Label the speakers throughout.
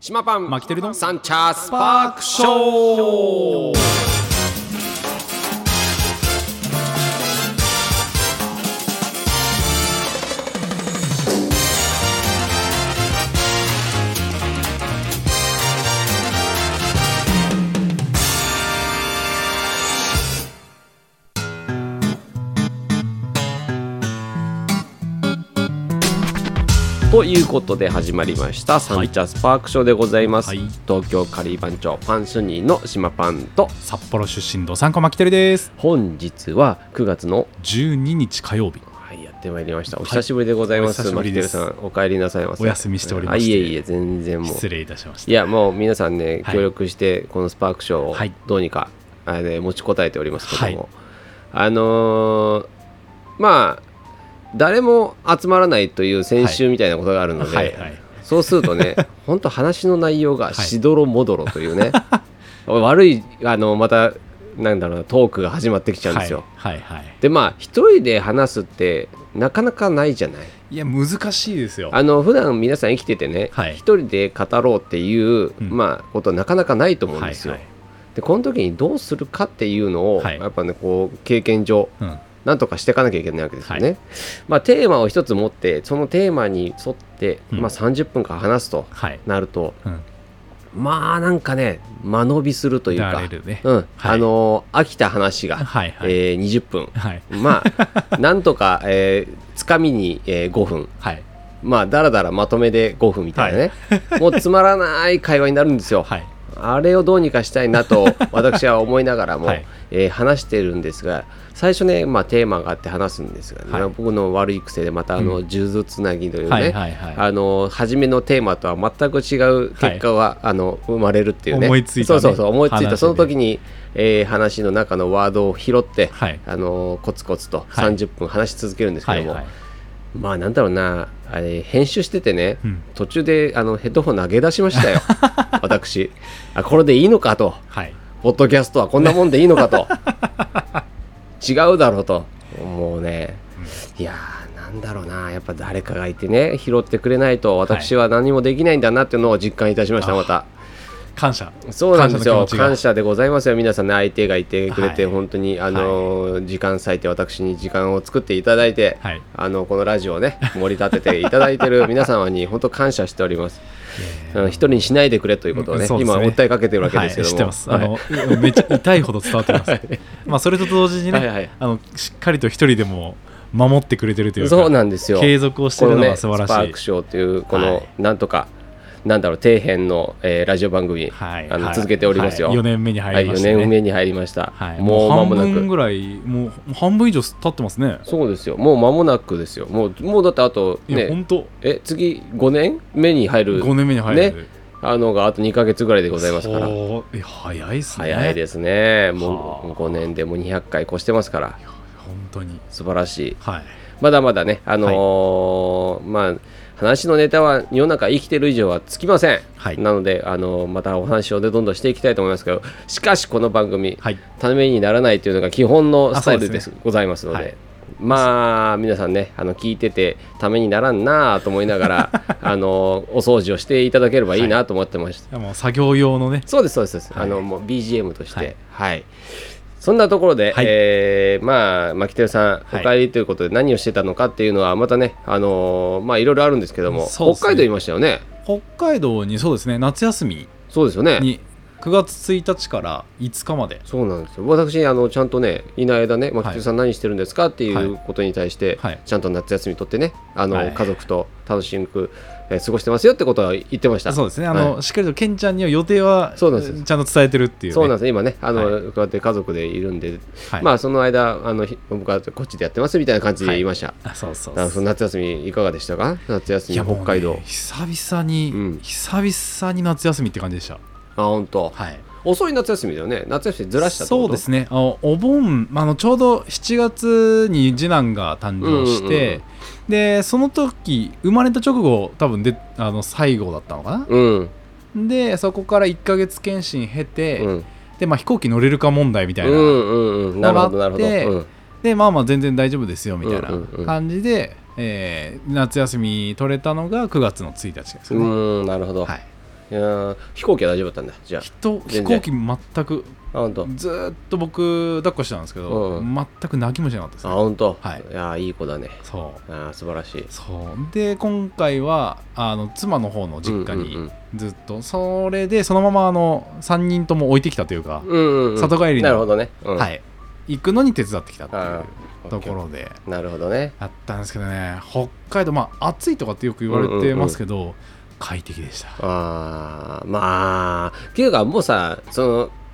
Speaker 1: 島パン
Speaker 2: マキテルの
Speaker 1: サンチャース
Speaker 2: パークショー
Speaker 1: ということで始まりましたサンチャースパークショーでございます、
Speaker 2: はい
Speaker 1: 東京カリー番長パン主任の島パンと
Speaker 2: 札幌出身どさんこマキテルです
Speaker 1: 本日は9月の
Speaker 2: 12日火曜日
Speaker 1: はい、やってまいりました。お久しぶりでございます。
Speaker 2: お久しぶりです
Speaker 1: マキテルさん、お帰りなさいませ。
Speaker 2: お休みしておりまして
Speaker 1: あいえいえ、全然もう。
Speaker 2: 失礼いたしまし
Speaker 1: い
Speaker 2: た
Speaker 1: や、もう皆さんね、
Speaker 2: はい
Speaker 1: 協力して、このスパークショ
Speaker 2: は
Speaker 1: ー
Speaker 2: い
Speaker 1: をどうにか、あれ持ちこたえておりますけども。
Speaker 2: は
Speaker 1: あのーまあ、誰も集まらないという先週みたいなことがあるので、
Speaker 2: はいはい
Speaker 1: そうすると ね、本当話の内容が
Speaker 2: い
Speaker 1: しどろもどろというね、悪い、あの、また、なんだろうな、トークが始まってきちゃうんですよ。
Speaker 2: はいはいはい
Speaker 1: でまあ一人で話すってなかなかないじゃない
Speaker 2: いや難しいですよ
Speaker 1: あの普段皆さん生きててね一、
Speaker 2: はい
Speaker 1: 人で語ろうっていう、
Speaker 2: うん
Speaker 1: まあ、ことなかなかないと思うん
Speaker 2: は
Speaker 1: で
Speaker 2: い
Speaker 1: すよ、
Speaker 2: はい
Speaker 1: でこの時にどうするかっていうのを、
Speaker 2: はい
Speaker 1: やっぱねこう経験上
Speaker 2: うん
Speaker 1: なんとかしていかなきゃいけないわけですよね、
Speaker 2: は
Speaker 1: まあテーマを一つ持ってそのテーマに沿って、
Speaker 2: うん
Speaker 1: まあ、30分間話すと
Speaker 2: はい
Speaker 1: なると
Speaker 2: うん
Speaker 1: まあなんかね間延びするというか、
Speaker 2: だれるね
Speaker 1: うん
Speaker 2: はい
Speaker 1: あのー飽きた話が、
Speaker 2: はいはい
Speaker 1: えー20分
Speaker 2: はい
Speaker 1: まあ なんとか、えーつかみに、えー5分
Speaker 2: はい
Speaker 1: まあだらだらまとめで5分みたいなね、 もうつまらない会話になるんですよ、
Speaker 2: はい
Speaker 1: あれをどうにかしたいな と私は思いながらも、
Speaker 2: はい
Speaker 1: えー話してるんですが最初ね、まあ、テーマがあって話すんですがね、
Speaker 2: はい
Speaker 1: 僕の悪い癖でまたあの
Speaker 2: う
Speaker 1: 「数珠つなぎ」というね、
Speaker 2: はいはいはい
Speaker 1: あの初めのテーマとは全く違う結果が、あの生まれるっていうね
Speaker 2: 思いついたね
Speaker 1: そうそうそう思いつい
Speaker 2: 話で
Speaker 1: たその時に、えー話の中のワードを拾って、
Speaker 2: はい
Speaker 1: あのコツコツと
Speaker 2: はい
Speaker 1: 30分話し続けるんですけ
Speaker 2: は
Speaker 1: ど
Speaker 2: い
Speaker 1: も、
Speaker 2: はい
Speaker 1: まあなんだろうなあれ編集しててね、
Speaker 2: うん
Speaker 1: 途中であのヘッドホン投げ出しました よ私あこれでいいのかと
Speaker 2: はい
Speaker 1: ポッドキャストはこんなもんでいいのか と違うだろうともうねいやーなんだろうなやっぱ誰かがいてね拾ってくれないと私は何もできないんだなっていうのを実感いたしました、また。
Speaker 2: 感謝
Speaker 1: そうなんですよ
Speaker 2: 感謝の気持ちが
Speaker 1: 感謝でございますよ皆さんね相手がいてくれて、
Speaker 2: はい
Speaker 1: 本当にあのー、時間割いて私に時間を作っていただいて、
Speaker 2: はい
Speaker 1: あのこのラジオをね盛り立てていただい てる皆様に本当感謝しておりますあの一人にしないでくれということをね,、
Speaker 2: そうです
Speaker 1: 今
Speaker 2: ね
Speaker 1: 訴えかけてるわけですけども、
Speaker 2: はい、知ってます、あのめっちゃ痛いほど伝わってます、まあそれと同時にね、
Speaker 1: はいはい
Speaker 2: あのしっかりと一人でも守ってくれてるというか
Speaker 1: そうなんですよ
Speaker 2: 継続をしてるのが素晴らしい、
Speaker 1: このね、スパークショーというこの、
Speaker 2: はい
Speaker 1: なんとかなんだろう底辺の、えーラジオ番組、
Speaker 2: はい
Speaker 1: あの
Speaker 2: はい
Speaker 1: 続けておりますよ、
Speaker 2: はい4年目に入りましたね
Speaker 1: はい、4年目に入りました、
Speaker 2: はい、
Speaker 1: も
Speaker 2: も
Speaker 1: う
Speaker 2: う
Speaker 1: 間も
Speaker 2: 半
Speaker 1: なく
Speaker 2: 分ぐらいもうもう半分以上経ってますね
Speaker 1: そうですよ。もう間もなくですよ。もう、もうだってあと
Speaker 2: いや
Speaker 1: ね、
Speaker 2: 本当
Speaker 1: え、次5年目に入る、
Speaker 2: 5年目に入る
Speaker 1: ね、あのがあと2ヶ月ぐらいでございますから。
Speaker 2: そういや早いですね
Speaker 1: 早いですね。もう
Speaker 2: はあ
Speaker 1: 5年でもう200回越してますから、
Speaker 2: 本当に
Speaker 1: 素晴らしい。
Speaker 2: はい
Speaker 1: まだまだね、あのーまあ、話のネタは世の中生きてる以上はつきません。
Speaker 2: はい
Speaker 1: なので、あのーまたお話をね、どんどんしていきたいと思いますけど、しかしこの番組、
Speaker 2: はい
Speaker 1: ためにならないというのが基本のスタイル
Speaker 2: あそう
Speaker 1: で
Speaker 2: ですす
Speaker 1: ございますので。
Speaker 2: はい
Speaker 1: まあ皆さんねあの聞いててためにならんなあと思いなが らあのお掃除をしていただければいいなと思ってました、
Speaker 2: いやもう作業用のね
Speaker 1: そうですそうですそうです、
Speaker 2: はい
Speaker 1: あのもう BGM としては
Speaker 2: はいい、
Speaker 1: そんなところで、
Speaker 2: はい
Speaker 1: えーまあ牧輝さん
Speaker 2: は
Speaker 1: お
Speaker 2: い
Speaker 1: 帰りということで何をしてたのかっていうのはまたねあのまあいろいろあるんですけども、
Speaker 2: そうですね
Speaker 1: 北海道いましたよね
Speaker 2: 北海道にそうですね夏休み
Speaker 1: そうですよね
Speaker 2: に9月1日から5日まで
Speaker 1: そうなんですよ私あのちゃんとねいない間ね牧輝さん何してるんですかっていうことに対して、
Speaker 2: はい
Speaker 1: ちゃんと夏休み取ってねあの、
Speaker 2: はい
Speaker 1: 家族と楽しく、えー過ごしてますよってことは言ってました
Speaker 2: そうですね、あの
Speaker 1: は
Speaker 2: しっかりとケンちゃんには予定はち
Speaker 1: そ
Speaker 2: ゃ
Speaker 1: うんなん
Speaker 2: と
Speaker 1: です
Speaker 2: 伝えてるっていう、ね、
Speaker 1: そうなんですね今ねあの、
Speaker 2: は
Speaker 1: こうやって家族でいるんで、
Speaker 2: はい
Speaker 1: まあその間あのひ僕はこっちでやってますみたいな感じで言いました、
Speaker 2: あそうそう
Speaker 1: あのその夏休みいかがでしたか夏休
Speaker 2: い
Speaker 1: み
Speaker 2: やもうね
Speaker 1: 北海道、
Speaker 2: 久々に、
Speaker 1: うん
Speaker 2: 久々に夏休みって感じでした
Speaker 1: あ本当、
Speaker 2: はい
Speaker 1: 遅い夏休みだよね夏休みずらしたってこと
Speaker 2: そうですねあのお盆、まあ、あのちょうど7月に次男が誕生して、
Speaker 1: うん
Speaker 2: でその時生まれた直後多分であの最後だったのか
Speaker 1: うん、
Speaker 2: なでそこから1ヶ月検診経て、
Speaker 1: うん
Speaker 2: で、まあ、飛行機乗れるか問題みたいな、
Speaker 1: うんうんうんなるほどなるほど、
Speaker 2: で
Speaker 1: うん
Speaker 2: でまあまあ全然大丈夫ですよみたいな
Speaker 1: うんうんうん
Speaker 2: 感じで、えー夏休み取れたのが9月の1日ですね、
Speaker 1: うーんなるほど、
Speaker 2: はい
Speaker 1: いやー飛行機は大丈夫だったんだじゃあ
Speaker 2: きっと飛
Speaker 1: 全
Speaker 2: 行
Speaker 1: 然
Speaker 2: 機全く
Speaker 1: あ本当
Speaker 2: ずーっと僕抱っこしてたんですけど、
Speaker 1: う
Speaker 2: 全く泣きもしなかったです、
Speaker 1: あ
Speaker 2: ね、
Speaker 1: 本当
Speaker 2: はい
Speaker 1: やーいい子だね
Speaker 2: そう
Speaker 1: あー素晴らしい
Speaker 2: そうで今回はあの妻の方の実家
Speaker 1: うんうん
Speaker 2: にずっと、それでそのままあの3人とも置いてきたというか、
Speaker 1: うんうんうん
Speaker 2: 里帰りの
Speaker 1: なるほどね、うん
Speaker 2: はい行くのに手伝ってきたって
Speaker 1: あ
Speaker 2: いう
Speaker 1: ー
Speaker 2: ところで
Speaker 1: なるほどね
Speaker 2: あったんですけどね北海道まあ暑いとかってよく言われてますけど、快適でした
Speaker 1: ああまあっていうかもうさそ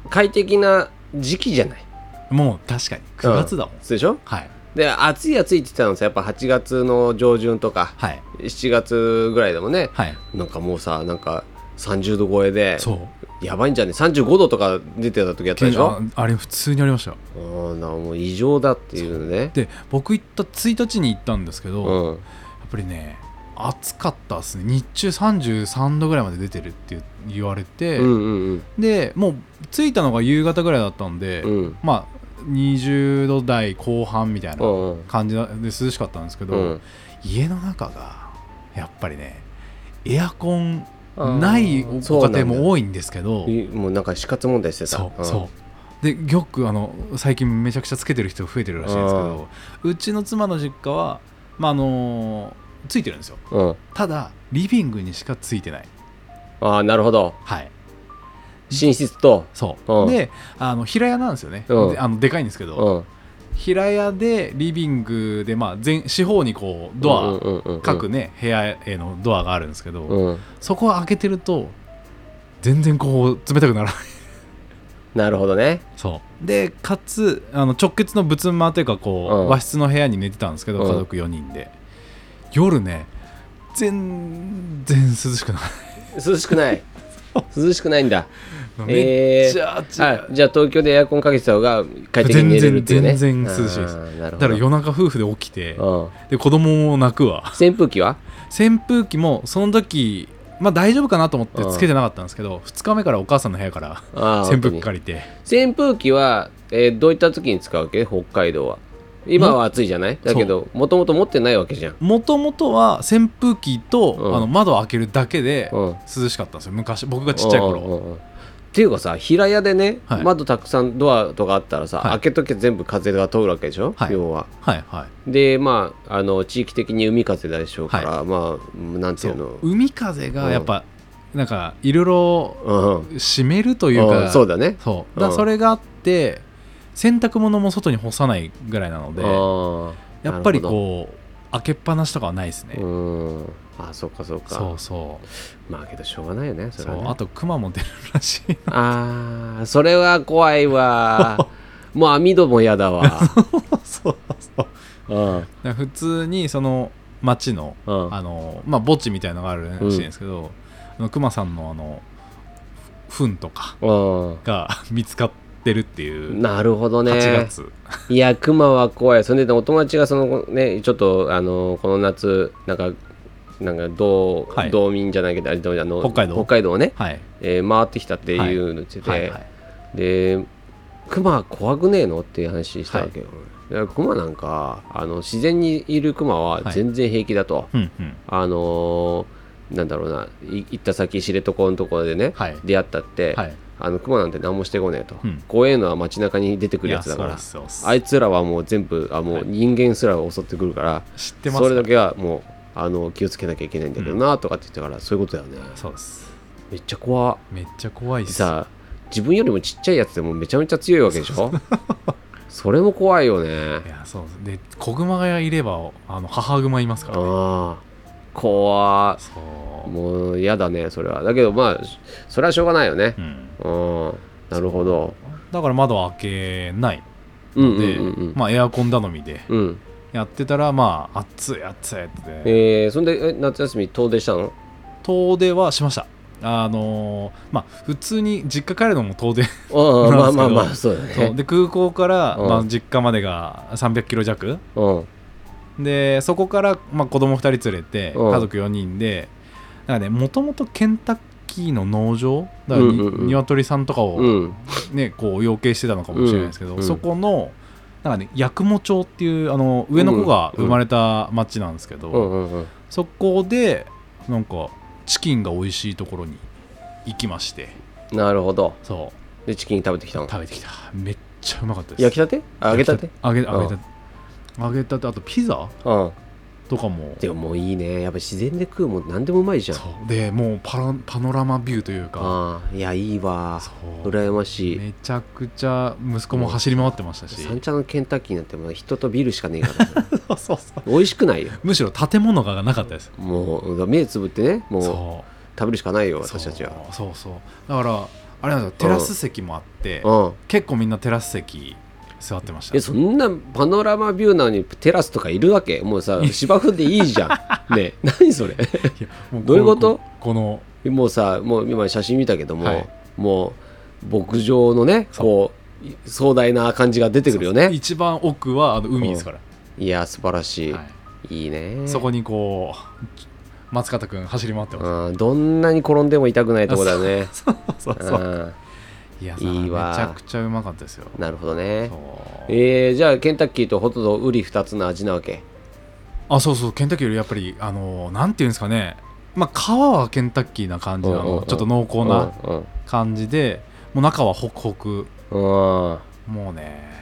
Speaker 1: の快適な時期じゃない
Speaker 2: もう確かに9月だもん、
Speaker 1: そうでしょ
Speaker 2: はい
Speaker 1: で暑い暑いって言ってたのさやっぱ8月の上旬とか
Speaker 2: はい
Speaker 1: 7月ぐらいでもね
Speaker 2: はい
Speaker 1: なんかもうさなんか30度超えで
Speaker 2: そう
Speaker 1: やばいんじゃね35度とか出てた時やったでしょ
Speaker 2: ああれ普通にありましたよ
Speaker 1: うんなもう異常だっていうね
Speaker 2: で僕行った1日に行ったんですけど、やっ
Speaker 1: うん
Speaker 2: ぱりね暑かったですね日中33度ぐらいまで出てるって言われて、
Speaker 1: うんうん
Speaker 2: でもう着いたのが夕方ぐらいだったんで、
Speaker 1: うんうん
Speaker 2: まあ20度台後半みたいうなん
Speaker 1: うん
Speaker 2: 感じで涼しかったんですけど、
Speaker 1: うん
Speaker 2: 家の中がやっぱりねエアコン
Speaker 1: あー
Speaker 2: ない
Speaker 1: そう
Speaker 2: ご
Speaker 1: なんだ
Speaker 2: 家庭
Speaker 1: よ
Speaker 2: も多いんですけど
Speaker 1: いもうなんか死活問題してた
Speaker 2: そう
Speaker 1: うん
Speaker 2: そうでよくあの最近めちゃくちゃつけてる人増えてるらしいんですけどうちの妻の実家はまああのついてるんですよ
Speaker 1: うん
Speaker 2: ただリビングにしかついてない
Speaker 1: ああなるほど
Speaker 2: はい
Speaker 1: 寝室と
Speaker 2: そう、
Speaker 1: うん
Speaker 2: であの平屋なんですよね、
Speaker 1: うん
Speaker 2: であのでかいんですけど、
Speaker 1: うん
Speaker 2: 平屋でリビングで、まあ、全四方にこうドア、
Speaker 1: うんうんうんうん
Speaker 2: 各ね部屋へのドアがあるんですけど、
Speaker 1: うん
Speaker 2: そこを開けてると全然こう冷たくな らない
Speaker 1: なるほどね
Speaker 2: そうでかつあの直結の仏間というかこう、
Speaker 1: うん
Speaker 2: 和室の部屋に寝てたんですけど
Speaker 1: うん
Speaker 2: 家族4人で、夜ね全然涼しくな
Speaker 1: 涼しく ない涼しくないんだ
Speaker 2: いめ
Speaker 1: えー
Speaker 2: っちゃ暑い、
Speaker 1: あじゃあ東京でエアコンかけてた方が快適に寝れるっていうね
Speaker 2: 全然全然涼しいです
Speaker 1: あーなる
Speaker 2: だ
Speaker 1: ほど
Speaker 2: から夜中夫婦で起きて
Speaker 1: うん
Speaker 2: で子供も泣くわ
Speaker 1: 扇風機は
Speaker 2: 扇風機もその時まあ大丈夫かなと思ってつけてなかったんですけど、2日目からお母さんの部屋から
Speaker 1: あー
Speaker 2: 扇風機
Speaker 1: 本当
Speaker 2: 借りて
Speaker 1: に扇風機は、えーどういった時に使うわけ北海道は今は暑いじゃないだけどもともと持ってないわけじゃん
Speaker 2: もともとは扇風機と、
Speaker 1: うん
Speaker 2: あの窓を開けるだけで
Speaker 1: うん
Speaker 2: 涼しかったんですよ昔僕がちっちゃい頃、
Speaker 1: うんうんうんうんっていうかさ平屋でね、
Speaker 2: はい
Speaker 1: 窓たくさんドアとかあったらさ、
Speaker 2: はい
Speaker 1: 開けとけ全部風が通るわけでしょ、
Speaker 2: はい
Speaker 1: 要は
Speaker 2: はいはい
Speaker 1: でまああの地域的に海風でしょうから、まあなんて
Speaker 2: そ
Speaker 1: いう
Speaker 2: う
Speaker 1: の
Speaker 2: 海風がやっぱ、なんかいろいろ
Speaker 1: うんうん
Speaker 2: 湿るというか、
Speaker 1: んそうだね
Speaker 2: そうだから
Speaker 1: うん
Speaker 2: それがあって洗濯物も外に干さないぐらいなので
Speaker 1: あー
Speaker 2: やっぱりこう開けっぱなしとかはないですね、
Speaker 1: なるほどうんあそっかそっか
Speaker 2: そうそう
Speaker 1: まあけどしょうがないよねそ
Speaker 2: そ
Speaker 1: れは、
Speaker 2: う
Speaker 1: ね、
Speaker 2: あとクマも出るらし い
Speaker 1: あーそれは怖い わもう網戸も嫌だわ
Speaker 2: そうそう
Speaker 1: うん
Speaker 2: 普通にその町の
Speaker 1: うん
Speaker 2: あの、まあ、墓地みたいのがあるらしいんですけど、あのクマさんのあのふ糞とか
Speaker 1: うん
Speaker 2: が 見つかってるっていう
Speaker 1: なるほどね
Speaker 2: 8月、
Speaker 1: いや、クマは怖い。それで、お友達が、その、ね、ちょっと、あの、この夏、なんか、なんか、道、
Speaker 2: はい
Speaker 1: 道民じゃないけど、あれ、道民あの、
Speaker 2: 北海道
Speaker 1: 北海道をね、
Speaker 2: はい
Speaker 1: えー回ってきたっていうの言ってて、
Speaker 2: はいはい
Speaker 1: で、クマ怖くねえのっていう話したわけよ。でクマなんか、あの、自然にいるクマは
Speaker 2: はい
Speaker 1: 全然平気だと。
Speaker 2: うんうん
Speaker 1: あのーなんだろうな、い行った先、知床のところでね、
Speaker 2: はい
Speaker 1: 出会ったって、
Speaker 2: はい
Speaker 1: あの、クマなんて何もしてこねえと。
Speaker 2: うん
Speaker 1: 怖えのは街中に出てく
Speaker 2: い
Speaker 1: るや
Speaker 2: や
Speaker 1: つだ
Speaker 2: そ
Speaker 1: か
Speaker 2: う
Speaker 1: ら
Speaker 2: で。すそうです
Speaker 1: あいつらはもう全部あも
Speaker 2: は
Speaker 1: う
Speaker 2: い
Speaker 1: 人間すら襲ってくるから、
Speaker 2: 知ってます
Speaker 1: それだ
Speaker 2: け
Speaker 1: けはもうあの気をつけなきゃいけないんだけどなとかって言ってたから、そういうことだよね
Speaker 2: そうです
Speaker 1: めっちゃ怖
Speaker 2: めっちゃ怖いっす
Speaker 1: さ自分よりもちっちゃいやつでもめちゃめちゃ強いわけでし ょそれも怖いよね
Speaker 2: いやそうですで子熊がいればあの母熊いますからね
Speaker 1: ああ怖
Speaker 2: そう
Speaker 1: もう嫌だねそれはだけどまあそれはしょうがないよね
Speaker 2: うん
Speaker 1: うんなるほど
Speaker 2: だから窓は開けない
Speaker 1: うんうん
Speaker 2: で、
Speaker 1: うんうん、
Speaker 2: まあ、エアコン頼みで
Speaker 1: うん
Speaker 2: やってたらまあ暑い暑いって、
Speaker 1: えー、そんでえ夏休み遠出したの
Speaker 2: 遠出はしましたあのーまあ普通に実家帰るのも遠出
Speaker 1: ああまあまあま
Speaker 2: なん
Speaker 1: あ
Speaker 2: です
Speaker 1: そうだ
Speaker 2: そう
Speaker 1: ね
Speaker 2: で空港から、
Speaker 1: うん
Speaker 2: まあ、実家までが300キロ弱
Speaker 1: うん
Speaker 2: でそこから、まあ、子供2人連れて
Speaker 1: うん
Speaker 2: 家族4人でなんかねもともとケンタッキーの農場だからに、
Speaker 1: うんうんうん
Speaker 2: 鶏さんとか
Speaker 1: う
Speaker 2: を、
Speaker 1: ん
Speaker 2: ねこう養鶏してたのかもしれないですけど、
Speaker 1: うんうん
Speaker 2: そこのなんかね八雲町っていうあの上の子が生まれた町なんですけど、
Speaker 1: うんうんうん
Speaker 2: そこでなんかチキンが美味しいところに行きまして
Speaker 1: なるほど
Speaker 2: そ
Speaker 1: でチキン食べてきた
Speaker 2: う
Speaker 1: の
Speaker 2: 食べてきためっちゃうまかったです
Speaker 1: 焼きたてあ揚げたて
Speaker 2: 揚げ揚げ
Speaker 1: う
Speaker 2: たて揚げたてあとピザ
Speaker 1: うん
Speaker 2: とかも
Speaker 1: でももういいねやっぱ自然で食うもん何でもうまいじゃん
Speaker 2: そうでもうパラパノラマビューというか
Speaker 1: ああいやいいわ
Speaker 2: そう
Speaker 1: 羨ましい
Speaker 2: めちゃくちゃ息子も走り回ってましたし
Speaker 1: 三茶のケンタッキーなんてもう人とビールしかねえからな
Speaker 2: そうそうそう
Speaker 1: 美味しくないよ
Speaker 2: むしろ建物がなかったです
Speaker 1: もうだから目つぶってねもう
Speaker 2: そ
Speaker 1: 食べるしかないよ
Speaker 2: う
Speaker 1: 私たちは
Speaker 2: そうそうそうだからあれなんですよテラス席もあって
Speaker 1: うん
Speaker 2: 結構みんなテラス席座ってました
Speaker 1: えそんなパノラマビューなのにテラスとかいるわけもう さ芝生でいいじゃん ねえ何それ
Speaker 2: いやも
Speaker 1: どういうこと
Speaker 2: ここの
Speaker 1: もうさもう今写真見たけども、
Speaker 2: はい
Speaker 1: もう牧場のね
Speaker 2: そう
Speaker 1: こうい壮大な感じが出てくるよね
Speaker 2: 一番奥はあの海ですから、
Speaker 1: いや素晴らしい、、
Speaker 2: はい
Speaker 1: いね
Speaker 2: い、そこにこう松方君走り回ってま
Speaker 1: う
Speaker 2: す
Speaker 1: んどんなに転んでも痛くないとこだね
Speaker 2: そうそうそ
Speaker 1: う
Speaker 2: う
Speaker 1: ん
Speaker 2: いや
Speaker 1: いいわ
Speaker 2: めちゃくちゃうまかったですよ
Speaker 1: なるほどね
Speaker 2: そう
Speaker 1: えー、じゃあケンタッキーとホトとウリ2つの味なわけ
Speaker 2: あそうそうケンタッキーよりやっぱりあのなんていうんですかねまあ皮はケンタッキーな感じ
Speaker 1: う
Speaker 2: な
Speaker 1: んうんう
Speaker 2: の
Speaker 1: ん
Speaker 2: ちょっと濃厚な
Speaker 1: うん
Speaker 2: 感じでもう中はホクホク
Speaker 1: うん、うん、
Speaker 2: もうね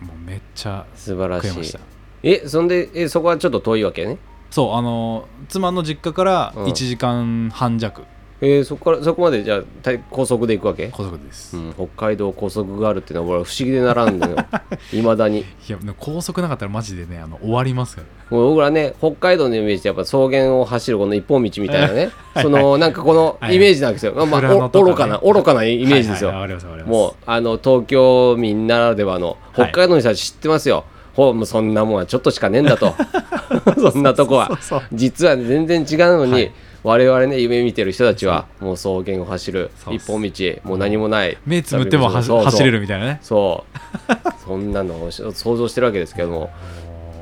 Speaker 2: もうめっちゃ
Speaker 1: 素晴ら
Speaker 2: 食え
Speaker 1: し
Speaker 2: ま
Speaker 1: い
Speaker 2: した
Speaker 1: えそんでえそこはちょっと遠いわけね
Speaker 2: そうあの妻の実家から
Speaker 1: うん
Speaker 2: 1時間半弱
Speaker 1: えー、そこからそこまでじゃあた高速で行くわけ、
Speaker 2: 家族です、
Speaker 1: う
Speaker 2: い
Speaker 1: ん、北海道高速があるってのは俺は不思議でならん のよいまだに
Speaker 2: や高速なかったらマジでねあの終わりますから
Speaker 1: もう僕らね北海道のイメージってやっぱ草原を走るこの一本道みたいなね、
Speaker 2: はい
Speaker 1: そのなんかこの
Speaker 2: はい
Speaker 1: イメージなんですよ、まあ
Speaker 2: 富
Speaker 1: まあ
Speaker 2: 良野と
Speaker 1: お
Speaker 2: かね
Speaker 1: 愚かな愚かなイメージですよ、
Speaker 2: はいはいはいわかりますわかります
Speaker 1: もうあの東京民ならではの
Speaker 2: はい
Speaker 1: 北海道の人は知ってますよ、ほうもうそんなもんはちょっとしかねえんだと そんなとこは
Speaker 2: そうそうそう
Speaker 1: 実は全然違うのに、
Speaker 2: はい
Speaker 1: 我々ね夢見てる人たちはもう草原を走る
Speaker 2: そうっ
Speaker 1: 一
Speaker 2: す
Speaker 1: 本道もう何もない
Speaker 2: 目つぶってもはし
Speaker 1: そうそう
Speaker 2: 走れるみたいなね
Speaker 1: そう そんなのを想像してるわけですけども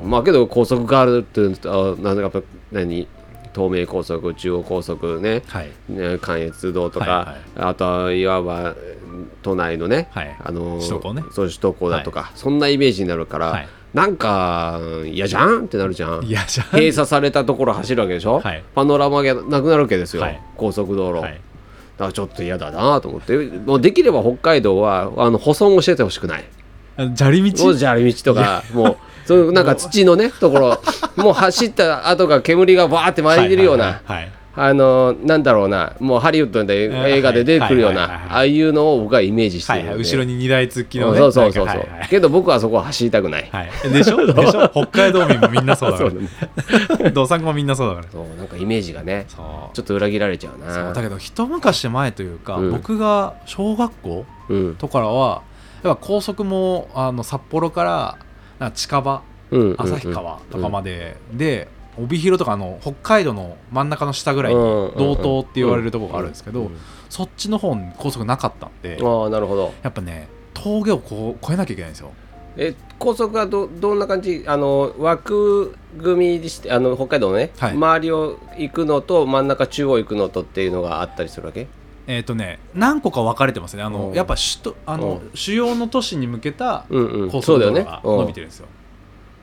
Speaker 1: まあけど高速があるっていうとあなんかやっぱ何東名高速中央高速ね
Speaker 2: はい
Speaker 1: ね関越道とか、
Speaker 2: はいはい
Speaker 1: あとはいわば都内のね、
Speaker 2: はい
Speaker 1: あの
Speaker 2: 首都高ね
Speaker 1: そう首都高だとか、そんなイメージになるから、
Speaker 2: はい
Speaker 1: なんか嫌じゃんってなるじゃん
Speaker 2: いやじゃあ
Speaker 1: 閉鎖されたところ走るわけでしょ、
Speaker 2: はい
Speaker 1: パノラマがなくなるわけですよ、
Speaker 2: はい
Speaker 1: 高速道路、
Speaker 2: はい
Speaker 1: だからちょっと嫌だなと思ってもうできれば北海道はあの舗装もしててほしくない
Speaker 2: あの砂利
Speaker 1: も
Speaker 2: 道
Speaker 1: う砂利道とかもうそういうなんか土のねと ころもう走った後が煙がバーって巻いてるような
Speaker 2: はいはいはいはい
Speaker 1: あのなんだろうなもうハリウッドで
Speaker 2: ん
Speaker 1: 映画で出てくるよう
Speaker 2: はいはいはいはい
Speaker 1: なああいうのを僕はイメージして
Speaker 2: は
Speaker 1: る
Speaker 2: い
Speaker 1: の
Speaker 2: はい
Speaker 1: で
Speaker 2: 後ろに荷台付き
Speaker 1: う
Speaker 2: の
Speaker 1: ん
Speaker 2: ね
Speaker 1: そうそうそう
Speaker 2: な
Speaker 1: そ
Speaker 2: ん
Speaker 1: う
Speaker 2: かはいはい
Speaker 1: けど僕はそこは走りたくない
Speaker 2: はいはいでしょでしょ北海道民もみんなそうだか
Speaker 1: そう
Speaker 2: ら道産子もみんなそうだから
Speaker 1: そうなんかイメージがね
Speaker 2: そう
Speaker 1: ちょっと裏切られちゃう
Speaker 2: そう
Speaker 1: な
Speaker 2: だけど一昔前というか、
Speaker 1: うん
Speaker 2: 僕が小学校
Speaker 1: うん
Speaker 2: とからはやっぱ高速もあの札幌からなんか近場
Speaker 1: うん
Speaker 2: 旭川とかまで、で帯広とかあの北海道の真ん中の下ぐらいに
Speaker 1: うんうんうん
Speaker 2: 道東って言われるところがあるんですけど、
Speaker 1: うんうん
Speaker 2: そっちの方に高速なかったんで、
Speaker 1: ああなるほど
Speaker 2: やっぱね峠をこう越えなきゃいけないんですよ
Speaker 1: え高速はどどんな感じあの枠組みにしてあの北海道のね、
Speaker 2: はい
Speaker 1: 周りを行くのと真ん中中央行くのとっていうのがあったりするわけ
Speaker 2: えっ、とね何個か分かれてますねあの、
Speaker 1: うん
Speaker 2: やっぱ首都あの、
Speaker 1: う
Speaker 2: 主要の都市に向けた
Speaker 1: うんうん
Speaker 2: 高
Speaker 1: そうだ
Speaker 2: 速道
Speaker 1: よ
Speaker 2: 路
Speaker 1: ね
Speaker 2: が
Speaker 1: う
Speaker 2: 伸び
Speaker 1: ん
Speaker 2: てるんですよ、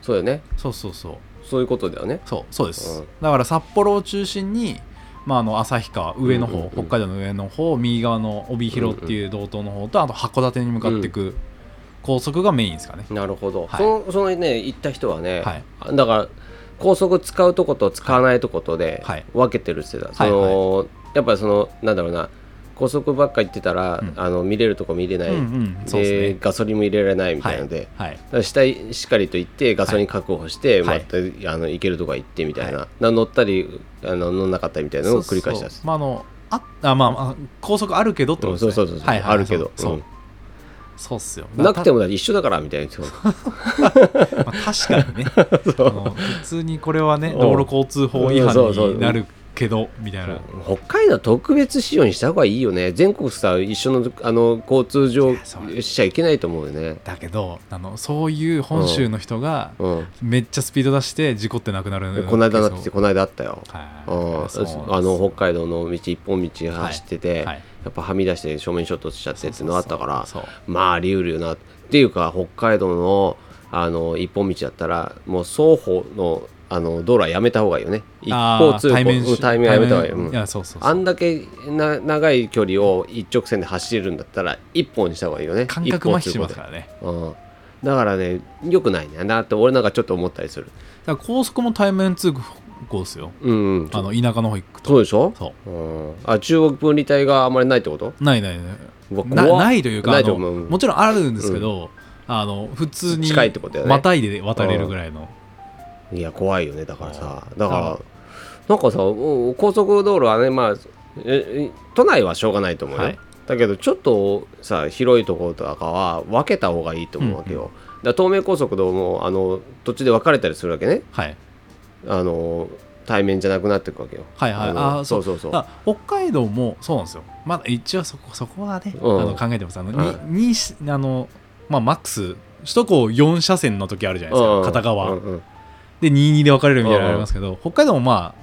Speaker 1: そうだよね
Speaker 2: そうそうそう
Speaker 1: そういうことだよね
Speaker 2: そうそうです、
Speaker 1: うん
Speaker 2: だから札幌を中心に、まあ、あの旭川上の方、
Speaker 1: うんうんうん
Speaker 2: 北海道の上の方右側の帯広っていう道東の方とあと函館に向かっていく高速がメインですかね、
Speaker 1: なるほど、
Speaker 2: はい
Speaker 1: そのそのね行った人はね、
Speaker 2: はい
Speaker 1: だから高速使うとこと使わないとことで
Speaker 2: はい
Speaker 1: 分けてるって言ってた、
Speaker 2: はい
Speaker 1: そのやっぱりそのなんだろうな高速ばっか行ってたら、
Speaker 2: うん
Speaker 1: あの見れるとこ見れない、
Speaker 2: うんうんそうですね、
Speaker 1: でガソリンも入れられないみたいなので、
Speaker 2: は
Speaker 1: だ
Speaker 2: い
Speaker 1: から下にしっかりと行ってガソリン確保して、
Speaker 2: はい
Speaker 1: またあの行けるとこは行ってみたいな、な乗ったりあの乗んなかったりみたいなのを繰り返したんで
Speaker 2: そう
Speaker 1: す
Speaker 2: そうまああのああまあまあ高速あるけどってこと
Speaker 1: そ
Speaker 2: ですね
Speaker 1: うそうそうそう
Speaker 2: はいはいはい
Speaker 1: あるけど
Speaker 2: そう、
Speaker 1: うん
Speaker 2: そうっすよ
Speaker 1: なくて
Speaker 2: も、
Speaker 1: もだって一緒だからみたいな
Speaker 2: まあ、確か にねあの普通にこれはね
Speaker 1: うん
Speaker 2: 道路交通法違
Speaker 1: うんそうそう
Speaker 2: 反になるけどみたいな
Speaker 1: 北海道特別仕様にした方がいいよね全国さ一緒のあの交通上
Speaker 2: そう
Speaker 1: しちゃいけないと思うよね
Speaker 2: だけどあのそういう本州の人が
Speaker 1: うん
Speaker 2: めっちゃスピード出して事故ってなくなる
Speaker 1: この間だって
Speaker 2: は
Speaker 1: この間あったよ
Speaker 2: い
Speaker 1: うん
Speaker 2: そうなんです
Speaker 1: あの北海道の道一本道走ってて、
Speaker 2: はいはい
Speaker 1: やっぱはみ出して正面衝突しちゃってっていうのがあったから
Speaker 2: そうそう
Speaker 1: まああり得るよなっていうか北海道のあの一本道だったらもう双方のあの道路はやめた方がいいよね一
Speaker 2: あ
Speaker 1: 方
Speaker 2: ー
Speaker 1: 通行
Speaker 2: 対面
Speaker 1: うん対面はやめた方がいい,、うん
Speaker 2: いやそうそうそう
Speaker 1: あんだけな長い距離を一直線で走れるんだったら一本にした方がいいよね
Speaker 2: 感覚麻痺しますからね
Speaker 1: 一方通行でうん、だからねよくないんだよなって俺なんかちょっと思ったりする
Speaker 2: だから高速も対面通行ですよ
Speaker 1: うん、うん、
Speaker 2: あの田舎の方行くと
Speaker 1: そうでしょ
Speaker 2: そ
Speaker 1: うん、あ中国分離帯があんまりないってこと
Speaker 2: うないないないう
Speaker 1: わ
Speaker 2: な
Speaker 1: 怖っ
Speaker 2: ないというか
Speaker 1: な
Speaker 2: あ
Speaker 1: いと
Speaker 2: の
Speaker 1: 思ううん
Speaker 2: もちろんあるんですけど、あの普通に
Speaker 1: 近いってことだよね
Speaker 2: またいで渡れるぐらいの、
Speaker 1: いや怖いよねだからさ
Speaker 2: うん
Speaker 1: だからなんかさお高速道路はねまあええ都内はしょうがないと思うよ、
Speaker 2: はい
Speaker 1: だけどちょっとさ広いところとかは分けた方がいいと思うわけよ、だから東名高速道もあの途中で分かれたりするわけね
Speaker 2: はい、
Speaker 1: あの対面じゃなくなっていくわけよ
Speaker 2: はいはい
Speaker 1: あの
Speaker 2: あー
Speaker 1: そうそうそう
Speaker 2: だから北海道もそうなんですよまだ一応そこそこはね、
Speaker 1: うん
Speaker 2: あの考えてますあの、
Speaker 1: う
Speaker 2: ににしあのまあマックス首都高4車線の時あるじゃないですか、
Speaker 1: うん
Speaker 2: 片側、
Speaker 1: うんうん
Speaker 2: で22で分かれるみたいなのありますけど、北海道もま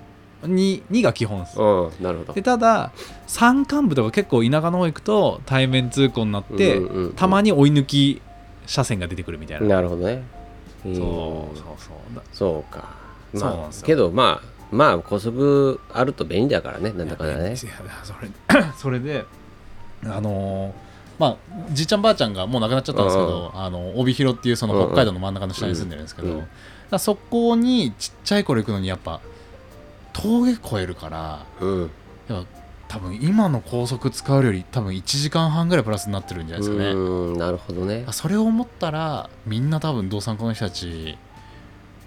Speaker 2: あ 2, 2が基本です、
Speaker 1: うんなるほど
Speaker 2: でただ山間部とか結構田舎の方行くと対面通行になって、
Speaker 1: うんうんうん
Speaker 2: たまに追い抜き車線が出てくるみたいな、
Speaker 1: なるほどねうん
Speaker 2: そうそうそうだ
Speaker 1: そうかま
Speaker 2: そうなん
Speaker 1: あ
Speaker 2: ですよ
Speaker 1: けどまあまあ高速あると便利だからねなんだかんだ
Speaker 2: いや
Speaker 1: ね
Speaker 2: いやそれ それであのーまあじいちゃんばあちゃんがもう亡くなっちゃったんですけど、あの帯広っていうそ
Speaker 1: うんう
Speaker 2: の
Speaker 1: ん
Speaker 2: 北海道の真ん中の下に住んでるんですけど、
Speaker 1: うんうん
Speaker 2: だからそこにちっちゃい頃行くのにやっぱ峠越えるから
Speaker 1: うん
Speaker 2: やっぱ多分今の高速使うより多分1時間半ぐらいプラスになってるんじゃないですかね、
Speaker 1: うんなるほどね
Speaker 2: それを思ったらみんな多分道産子の人たち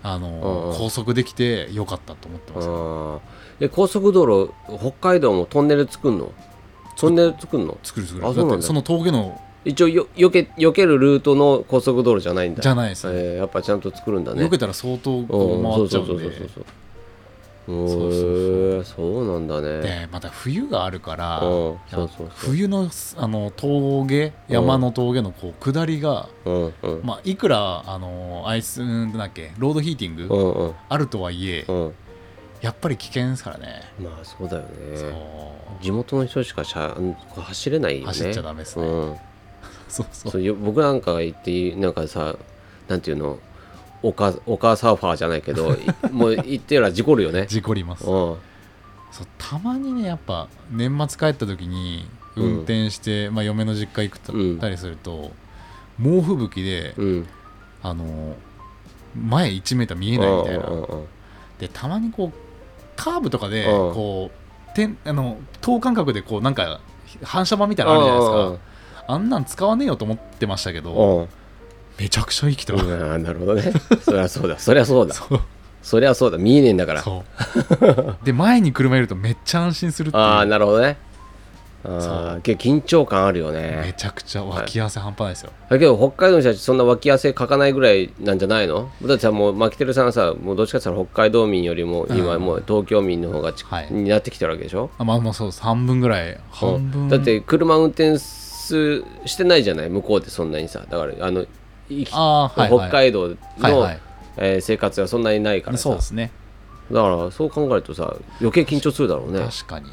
Speaker 2: あの
Speaker 1: うん
Speaker 2: ー、
Speaker 1: うん
Speaker 2: 高速できてよかったと思ってます、
Speaker 1: あーえ高速道路北海道もトンネル作んのトンネル作んの
Speaker 2: 作る作る
Speaker 1: あそうなんだ
Speaker 2: だってその峠の
Speaker 1: 一応よよけ避けるルートの高速道路じゃないんだ
Speaker 2: じゃないです
Speaker 1: え
Speaker 2: ね、
Speaker 1: ーやっぱちゃんと作るんだね
Speaker 2: 避けたら相当
Speaker 1: うんそ
Speaker 2: こう回っ
Speaker 1: う
Speaker 2: ちゃ
Speaker 1: そううそ
Speaker 2: ん
Speaker 1: うそ
Speaker 2: で
Speaker 1: うそう
Speaker 2: そうそうそう
Speaker 1: へーそうなんだね
Speaker 2: でまた冬があるから
Speaker 1: うん
Speaker 2: や
Speaker 1: そうそうそう
Speaker 2: 冬のあの峠山の峠のこう下りが、
Speaker 1: うんうん
Speaker 2: まあ、いくらあのアイスうんなんだっけロードヒーティン
Speaker 1: う
Speaker 2: グ
Speaker 1: んうん
Speaker 2: あるとはいえ
Speaker 1: うん
Speaker 2: やっぱり危険ですからね、
Speaker 1: まあそうだよ
Speaker 2: そう
Speaker 1: ね地元の人しか車走れないよね
Speaker 2: 走っちゃダメですね、
Speaker 1: うん
Speaker 2: そうそう
Speaker 1: そうよ僕なんかが言ってなんかさなんていうのおかお母サーファーじゃないけ どいもう言ってたら事故るよね
Speaker 2: 事故りま
Speaker 1: う
Speaker 2: す
Speaker 1: ん
Speaker 2: そうたまにねやっぱ年末帰った時に運転して、まあ、嫁の実家行くと
Speaker 1: うん
Speaker 2: たりすると、猛吹雪で
Speaker 1: うん
Speaker 2: あの前1メーター見えないみたいな、
Speaker 1: うんうんうん
Speaker 2: でたまにこうカーブとかで
Speaker 1: うん
Speaker 2: こうてんあの等間隔でこうなんか反射板みたいなのあるじゃないですかあんなん使わねえよと思ってましたけ
Speaker 1: うん
Speaker 2: どめちゃくちゃ生きて
Speaker 1: う
Speaker 2: ま
Speaker 1: ん
Speaker 2: す
Speaker 1: うんあーなるほどねそりゃそうだそりゃそうだ
Speaker 2: そう
Speaker 1: そりゃそうだ見えねえんだから
Speaker 2: そうで前に車いるとめっちゃ安心するってい
Speaker 1: ああ
Speaker 2: う
Speaker 1: なるほどね
Speaker 2: そ
Speaker 1: あ
Speaker 2: う
Speaker 1: あけど緊張感あるよ
Speaker 2: め
Speaker 1: ね
Speaker 2: ちゃくちゃ脇汗半端ないですよ
Speaker 1: だけど北海道の人たちそんな脇汗かかないぐらいなんじゃないのだってさもうマキテルさんはさもうどっちかって言ったら北海道民よりも今
Speaker 2: うん
Speaker 1: もう東京民の方がち、
Speaker 2: はい
Speaker 1: になってきてるわけでしょ
Speaker 2: あまあもうそう半分ぐらい半分
Speaker 1: だって車運転すしてないじゃない向こうってそんなにさだからあのいき
Speaker 2: あーはいはい
Speaker 1: 北海道の、
Speaker 2: はいはい
Speaker 1: えー生活はそんなにないからさ
Speaker 2: そうですね
Speaker 1: だからそう考えるとさ余計緊張するだろうね
Speaker 2: 確かに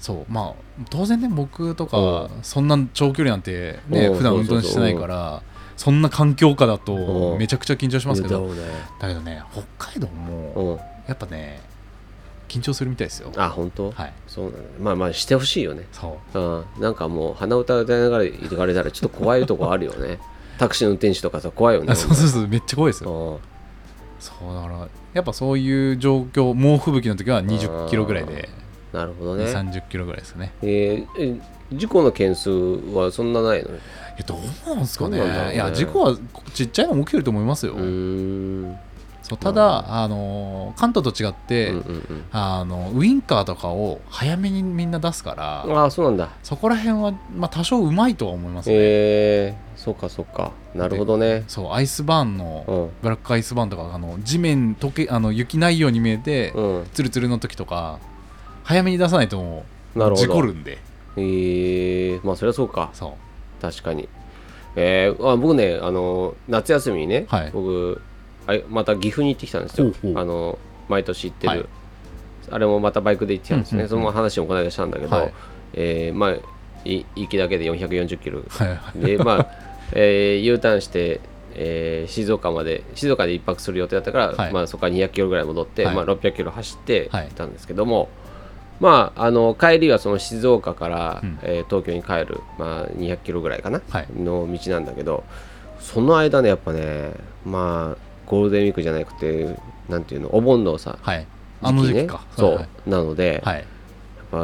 Speaker 2: そうまあ当然ね僕と
Speaker 1: う
Speaker 2: かそんな長距離なんてね
Speaker 1: うん
Speaker 2: 普段運動してないからそんな環境下だ
Speaker 1: う
Speaker 2: と
Speaker 1: ん
Speaker 2: めちゃくちゃ緊張しますけ
Speaker 1: だろ
Speaker 2: ど
Speaker 1: うね
Speaker 2: だけどね北海道も
Speaker 1: うん
Speaker 2: やっぱね緊張するみたいですよ
Speaker 1: あ本当、
Speaker 2: はい
Speaker 1: そうなんだねまあまあしてほしいよね
Speaker 2: そう
Speaker 1: うんなんかもう鼻歌歌いながら行かれたらちょっと怖いとこあるよ ねタクシーの運転手とかさ怖いよね
Speaker 2: あそうそうそうめっちゃ怖いですよ
Speaker 1: うん
Speaker 2: そうだからやっぱそういう状況猛吹雪の時は20キロぐらいで
Speaker 1: なるほどね、
Speaker 2: 30キロぐらいですね
Speaker 1: えーえ事故の件数はそんなないのう
Speaker 2: えどうなんですかね
Speaker 1: どうなんだろうね
Speaker 2: いや事故はちっちゃいのも起きてると思いますよ、
Speaker 1: ーん
Speaker 2: そうただ、あのー関東と違って、
Speaker 1: うんうんうん
Speaker 2: あのウインカーとかを早めにみんな出すから、
Speaker 1: ああそうなんだ
Speaker 2: そこら辺は、まあ、多少うまいとは思いますね、
Speaker 1: えー、そうかそうかなるほどね
Speaker 2: そうアイスバーン
Speaker 1: う
Speaker 2: の
Speaker 1: ん
Speaker 2: ブラックアイスバーンとかあの地面溶けあの雪ないように見えて、
Speaker 1: うん
Speaker 2: ツルツルの時とか早めに出さないともう
Speaker 1: なるほど
Speaker 2: 事故るんで
Speaker 1: えー、まあそりゃそうか
Speaker 2: そ
Speaker 1: 確かにえー、あ僕ねあの夏休みにね、
Speaker 2: はい
Speaker 1: 僕あまた岐阜に行ってきたんですよ
Speaker 2: ほうほう
Speaker 1: あの毎年行ってる、
Speaker 2: はい
Speaker 1: あれもまたバイクで行ってきたんですね、
Speaker 2: うんうんうん
Speaker 1: その話もこの間したんだけど、
Speaker 2: はい
Speaker 1: えーまあい行きだけで440キロ
Speaker 2: うはいはい
Speaker 1: でまあ、えー U ターンしてえー静岡まで静岡で一泊する予定だったから、
Speaker 2: はい
Speaker 1: まあ、そこから200キロぐらい戻って、
Speaker 2: はい
Speaker 1: まあ、600キロ走って
Speaker 2: はい
Speaker 1: たんですけども、まあ、あの帰りはその静岡から、
Speaker 2: うん
Speaker 1: えー東京に帰る、まあ、200キロぐらいかな、
Speaker 2: はい
Speaker 1: の道なんだけどその間ねやっぱねまあゴールデンウィークじゃなくてなんていうのお盆のさ
Speaker 2: はい
Speaker 1: ね
Speaker 2: あの時期か
Speaker 1: そう、
Speaker 2: はい
Speaker 1: なので、
Speaker 2: はい
Speaker 1: やっ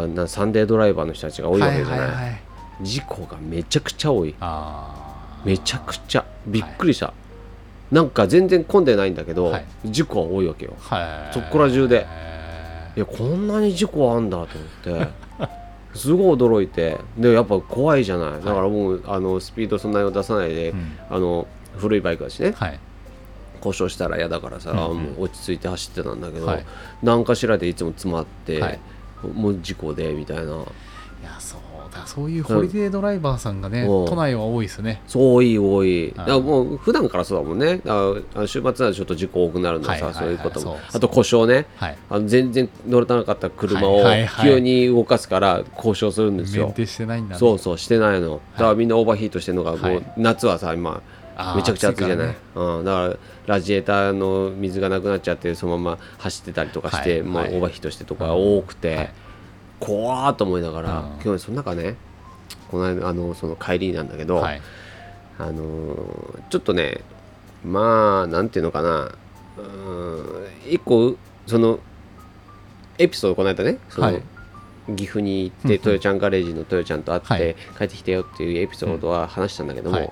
Speaker 1: ぱなサンデードライバーの人たちが多いわ
Speaker 2: は
Speaker 1: けじ
Speaker 2: い
Speaker 1: ゃな,、
Speaker 2: はいいはい
Speaker 1: 事故がめちゃくちゃ多い
Speaker 2: あー
Speaker 1: めちゃくちゃびっくりした、なんか全然混んでないんだけど、
Speaker 2: はい
Speaker 1: 事故は多いわけよ
Speaker 2: はい
Speaker 1: そこら中で
Speaker 2: へ
Speaker 1: いやこんなに事故あんだと思って すごい驚いてでやっぱ怖いじゃないだからもう、あのスピードそんなに出さないで、
Speaker 2: ーうん
Speaker 1: あの古いバイクだしね
Speaker 2: はい
Speaker 1: 故障したら嫌だからさ、
Speaker 2: うんうん
Speaker 1: もう落ち着いて走ってたんだけど、
Speaker 2: はい
Speaker 1: 何かしらでいつも詰まって、
Speaker 2: はい
Speaker 1: もう事故でみたいない
Speaker 2: やそうだそういうホリデードライバーさんがね、
Speaker 1: うん
Speaker 2: 都内は多いですね
Speaker 1: そう多い多い、だ
Speaker 2: ああ
Speaker 1: からもう普段からそうだもんねああ週末はちょっと事故多くなるのさ、
Speaker 2: はいはいはい
Speaker 1: そういうことも
Speaker 2: そう
Speaker 1: あと故障ね
Speaker 2: はい
Speaker 1: あの全然乗れなかった車を
Speaker 2: はいはいはい
Speaker 1: 急に動かすから故障するんですよ、
Speaker 2: メンテしてないんだ、ね、
Speaker 1: そうそうしてないのだからみんなオーバーヒートしてるのが、
Speaker 2: はい
Speaker 1: もう夏はさ今
Speaker 2: あー
Speaker 1: めちゃくちゃ暑いじゃない
Speaker 2: 暑い
Speaker 1: うん、だからラジエーターの水がなくなっちゃってそのまま走ってたりとかして、
Speaker 2: はい
Speaker 1: もうオ
Speaker 2: はい
Speaker 1: ーバーヒートしてとか多くて、
Speaker 2: はい
Speaker 1: 怖ーと思いながら、
Speaker 2: うん
Speaker 1: 今日その中ねこの間あのその帰りなんだけど、
Speaker 2: はい
Speaker 1: あのーちょっとねまあなんていうのかなうーん一個そのエピソードこの間ねその、
Speaker 2: はい
Speaker 1: 岐阜に行っ
Speaker 2: うんうん
Speaker 1: てトヨちゃんガレージのトヨちゃんと会って、
Speaker 2: はい
Speaker 1: 帰ってきたよっていうエピソードは話したんだけども、
Speaker 2: はい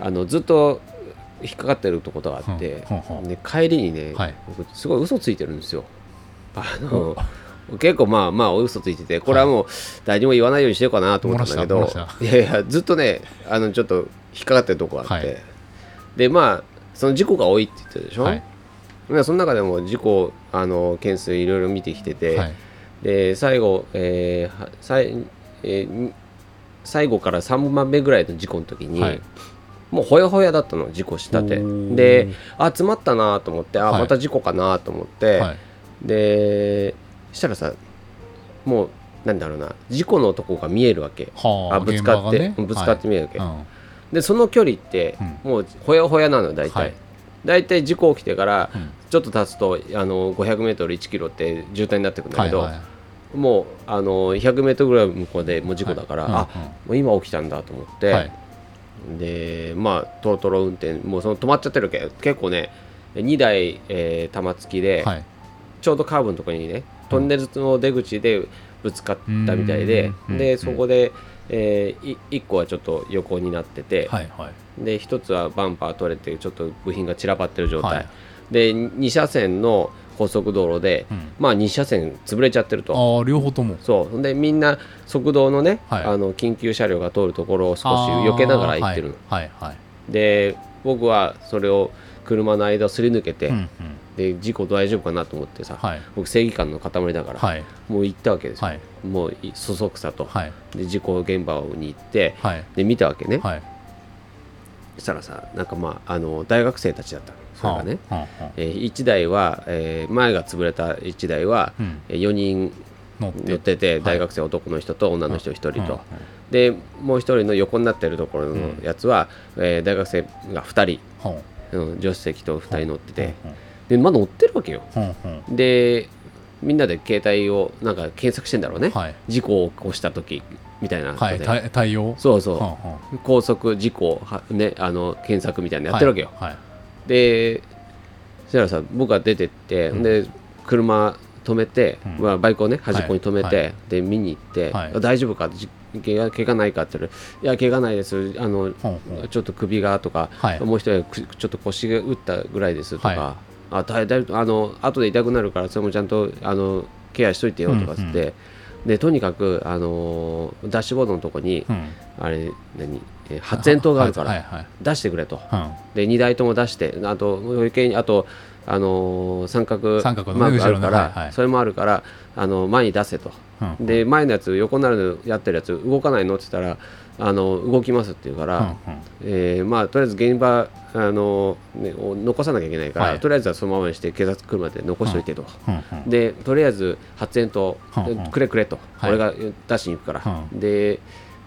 Speaker 1: あのずっと引っかかってるとことがあって、
Speaker 2: ほんほんほん
Speaker 1: で帰りにね、
Speaker 2: はい
Speaker 1: 僕すごい嘘ついてるんですよ。あの結構まあまあ嘘ついててこれはもう誰にも言わないようにしてようかなと思ったんだけ
Speaker 2: 漏
Speaker 1: ど
Speaker 2: らした漏らし
Speaker 1: いやいやずっとねあのちょっと引っかかってるとこがあって、
Speaker 2: はい
Speaker 1: でまあその事故が多いって言ってたでしょ、
Speaker 2: はい
Speaker 1: でその中でも事故あの件数いろいろ見てきてて、
Speaker 2: はい
Speaker 1: で最後、えーは最えー最後から3番目ぐらいの事故の時に、
Speaker 2: はい
Speaker 1: もうほやほやだったの事故したて
Speaker 2: おー
Speaker 1: であ詰まったなと思ってあ、
Speaker 2: はい
Speaker 1: また事故かなと思って、
Speaker 2: はい
Speaker 1: でしたらさもうなんだろうな事故のとこが見えるわけ
Speaker 2: はあ
Speaker 1: あぶつかって、
Speaker 2: 現場がね
Speaker 1: ぶつかって見えるわけ、
Speaker 2: はい
Speaker 1: でその距離って
Speaker 2: う
Speaker 1: もうほやほやなの大体、
Speaker 2: はい
Speaker 1: 大体事故起きてから
Speaker 2: うんうん
Speaker 1: ちょっと経つとあの 500m1 キロって渋滞になってくるんだ
Speaker 2: は
Speaker 1: け
Speaker 2: い
Speaker 1: ど、
Speaker 2: はい
Speaker 1: もうあの 100m ぐらい向こうでもう事故だから、
Speaker 2: はいうんうん
Speaker 1: あもう今起きたんだと思って、
Speaker 2: はい
Speaker 1: でまあトロトロ運転もうその止まっちゃってるわけ結構ね2台、えー玉突きで、
Speaker 2: はい
Speaker 1: ちょうどカーブのところにねトンネルの出口でぶつかったみたいで
Speaker 2: うんう
Speaker 1: で
Speaker 2: ん
Speaker 1: そこで、え1個はちょっと横になってて、
Speaker 2: はいはい
Speaker 1: で1つはバンパー取れてちょっと部品が散らばってる状態、
Speaker 2: はい
Speaker 1: で2車線の高速道路で、
Speaker 2: うん
Speaker 1: まあ2車線潰れちゃってると。
Speaker 2: ああ両方とも
Speaker 1: そうほんでみんな側道のね、
Speaker 2: はい
Speaker 1: あの緊急車両が通るところを少し避けながら行ってるの、
Speaker 2: あーはいはい
Speaker 1: で僕はそれを車の間をすり抜けて、
Speaker 2: はいうんうん
Speaker 1: で事故大丈夫かなと思ってさ、
Speaker 2: はい
Speaker 1: 僕正義感の塊だから、
Speaker 2: はい
Speaker 1: もう行ったわけですよ、
Speaker 2: はい
Speaker 1: もういそそくさと、
Speaker 2: はい
Speaker 1: で事故現場に行って
Speaker 2: はい
Speaker 1: で見たわけね、
Speaker 2: はい
Speaker 1: そしたらさなんかまああの大学生たちだったのそれがね、
Speaker 2: はあはあ
Speaker 1: え1台は、えー前が潰れた1台は
Speaker 2: うん
Speaker 1: 4人
Speaker 2: 乗って
Speaker 1: 乗ってて
Speaker 2: い
Speaker 1: 大学生男の人と女の人1人と、
Speaker 2: うんうん
Speaker 1: でもう一人の横になってるところのやつは、えー大学生が2
Speaker 2: ほう
Speaker 1: 人、うん、助手席と2人乗ってて、
Speaker 2: ほう
Speaker 1: でまだ乗ってるわけよ
Speaker 2: ほうほう
Speaker 1: でみんなで携帯をなんか検索してんだろうね、
Speaker 2: はい
Speaker 1: 事故を起こした時みたいなので、
Speaker 2: はい対対応
Speaker 1: そうそう、
Speaker 2: ほうほう
Speaker 1: 高速事故は、ね、あの検索みたいなのやってるわけよ、
Speaker 2: はい
Speaker 1: でそしたらさ僕が出てって、
Speaker 2: うん
Speaker 1: で車止めて、
Speaker 2: うん
Speaker 1: まあ、バイクをね端っこに止めて、
Speaker 2: はいは
Speaker 1: で見に行って、
Speaker 2: はい
Speaker 1: あ大丈夫かじ怪我怪我ないかって言ったら「いや怪我ないですあの
Speaker 2: ほうほう
Speaker 1: ちょっと首が」とか、
Speaker 2: はい
Speaker 1: もう一人はくちょっと腰が打ったぐらいです」とか「
Speaker 2: は
Speaker 1: あ大大丈夫あの後で痛くなるからそれもちゃんとあのケアしといてよ」とかっつって、
Speaker 2: うん
Speaker 1: でとにかくあのダッシュボードのとこに、
Speaker 2: うん
Speaker 1: あれ何え発煙筒があるから、
Speaker 2: はいはい
Speaker 1: 出してくれと。
Speaker 2: はい
Speaker 1: で2台とも出してあと余計にあと、あのー三角
Speaker 2: 三角のね
Speaker 1: マークあるから、
Speaker 2: 後ろのはいはい
Speaker 1: それもあるからあの前に出せと
Speaker 2: うんうん
Speaker 1: で前のやつ横になるのやってるやつ動かないのって言ったらあの動きますって言うから、
Speaker 2: うんうん
Speaker 1: えーまあ、とりあえず現場、あのね、を残さなきゃいけないから、
Speaker 2: はい
Speaker 1: とりあえずはそのままにして警察来るまで残しといてと、
Speaker 2: うんうん
Speaker 1: でとりあえず発煙筒
Speaker 2: うんうん
Speaker 1: くれくれと、
Speaker 2: はい
Speaker 1: 俺が出しに行くから、
Speaker 2: う
Speaker 1: で、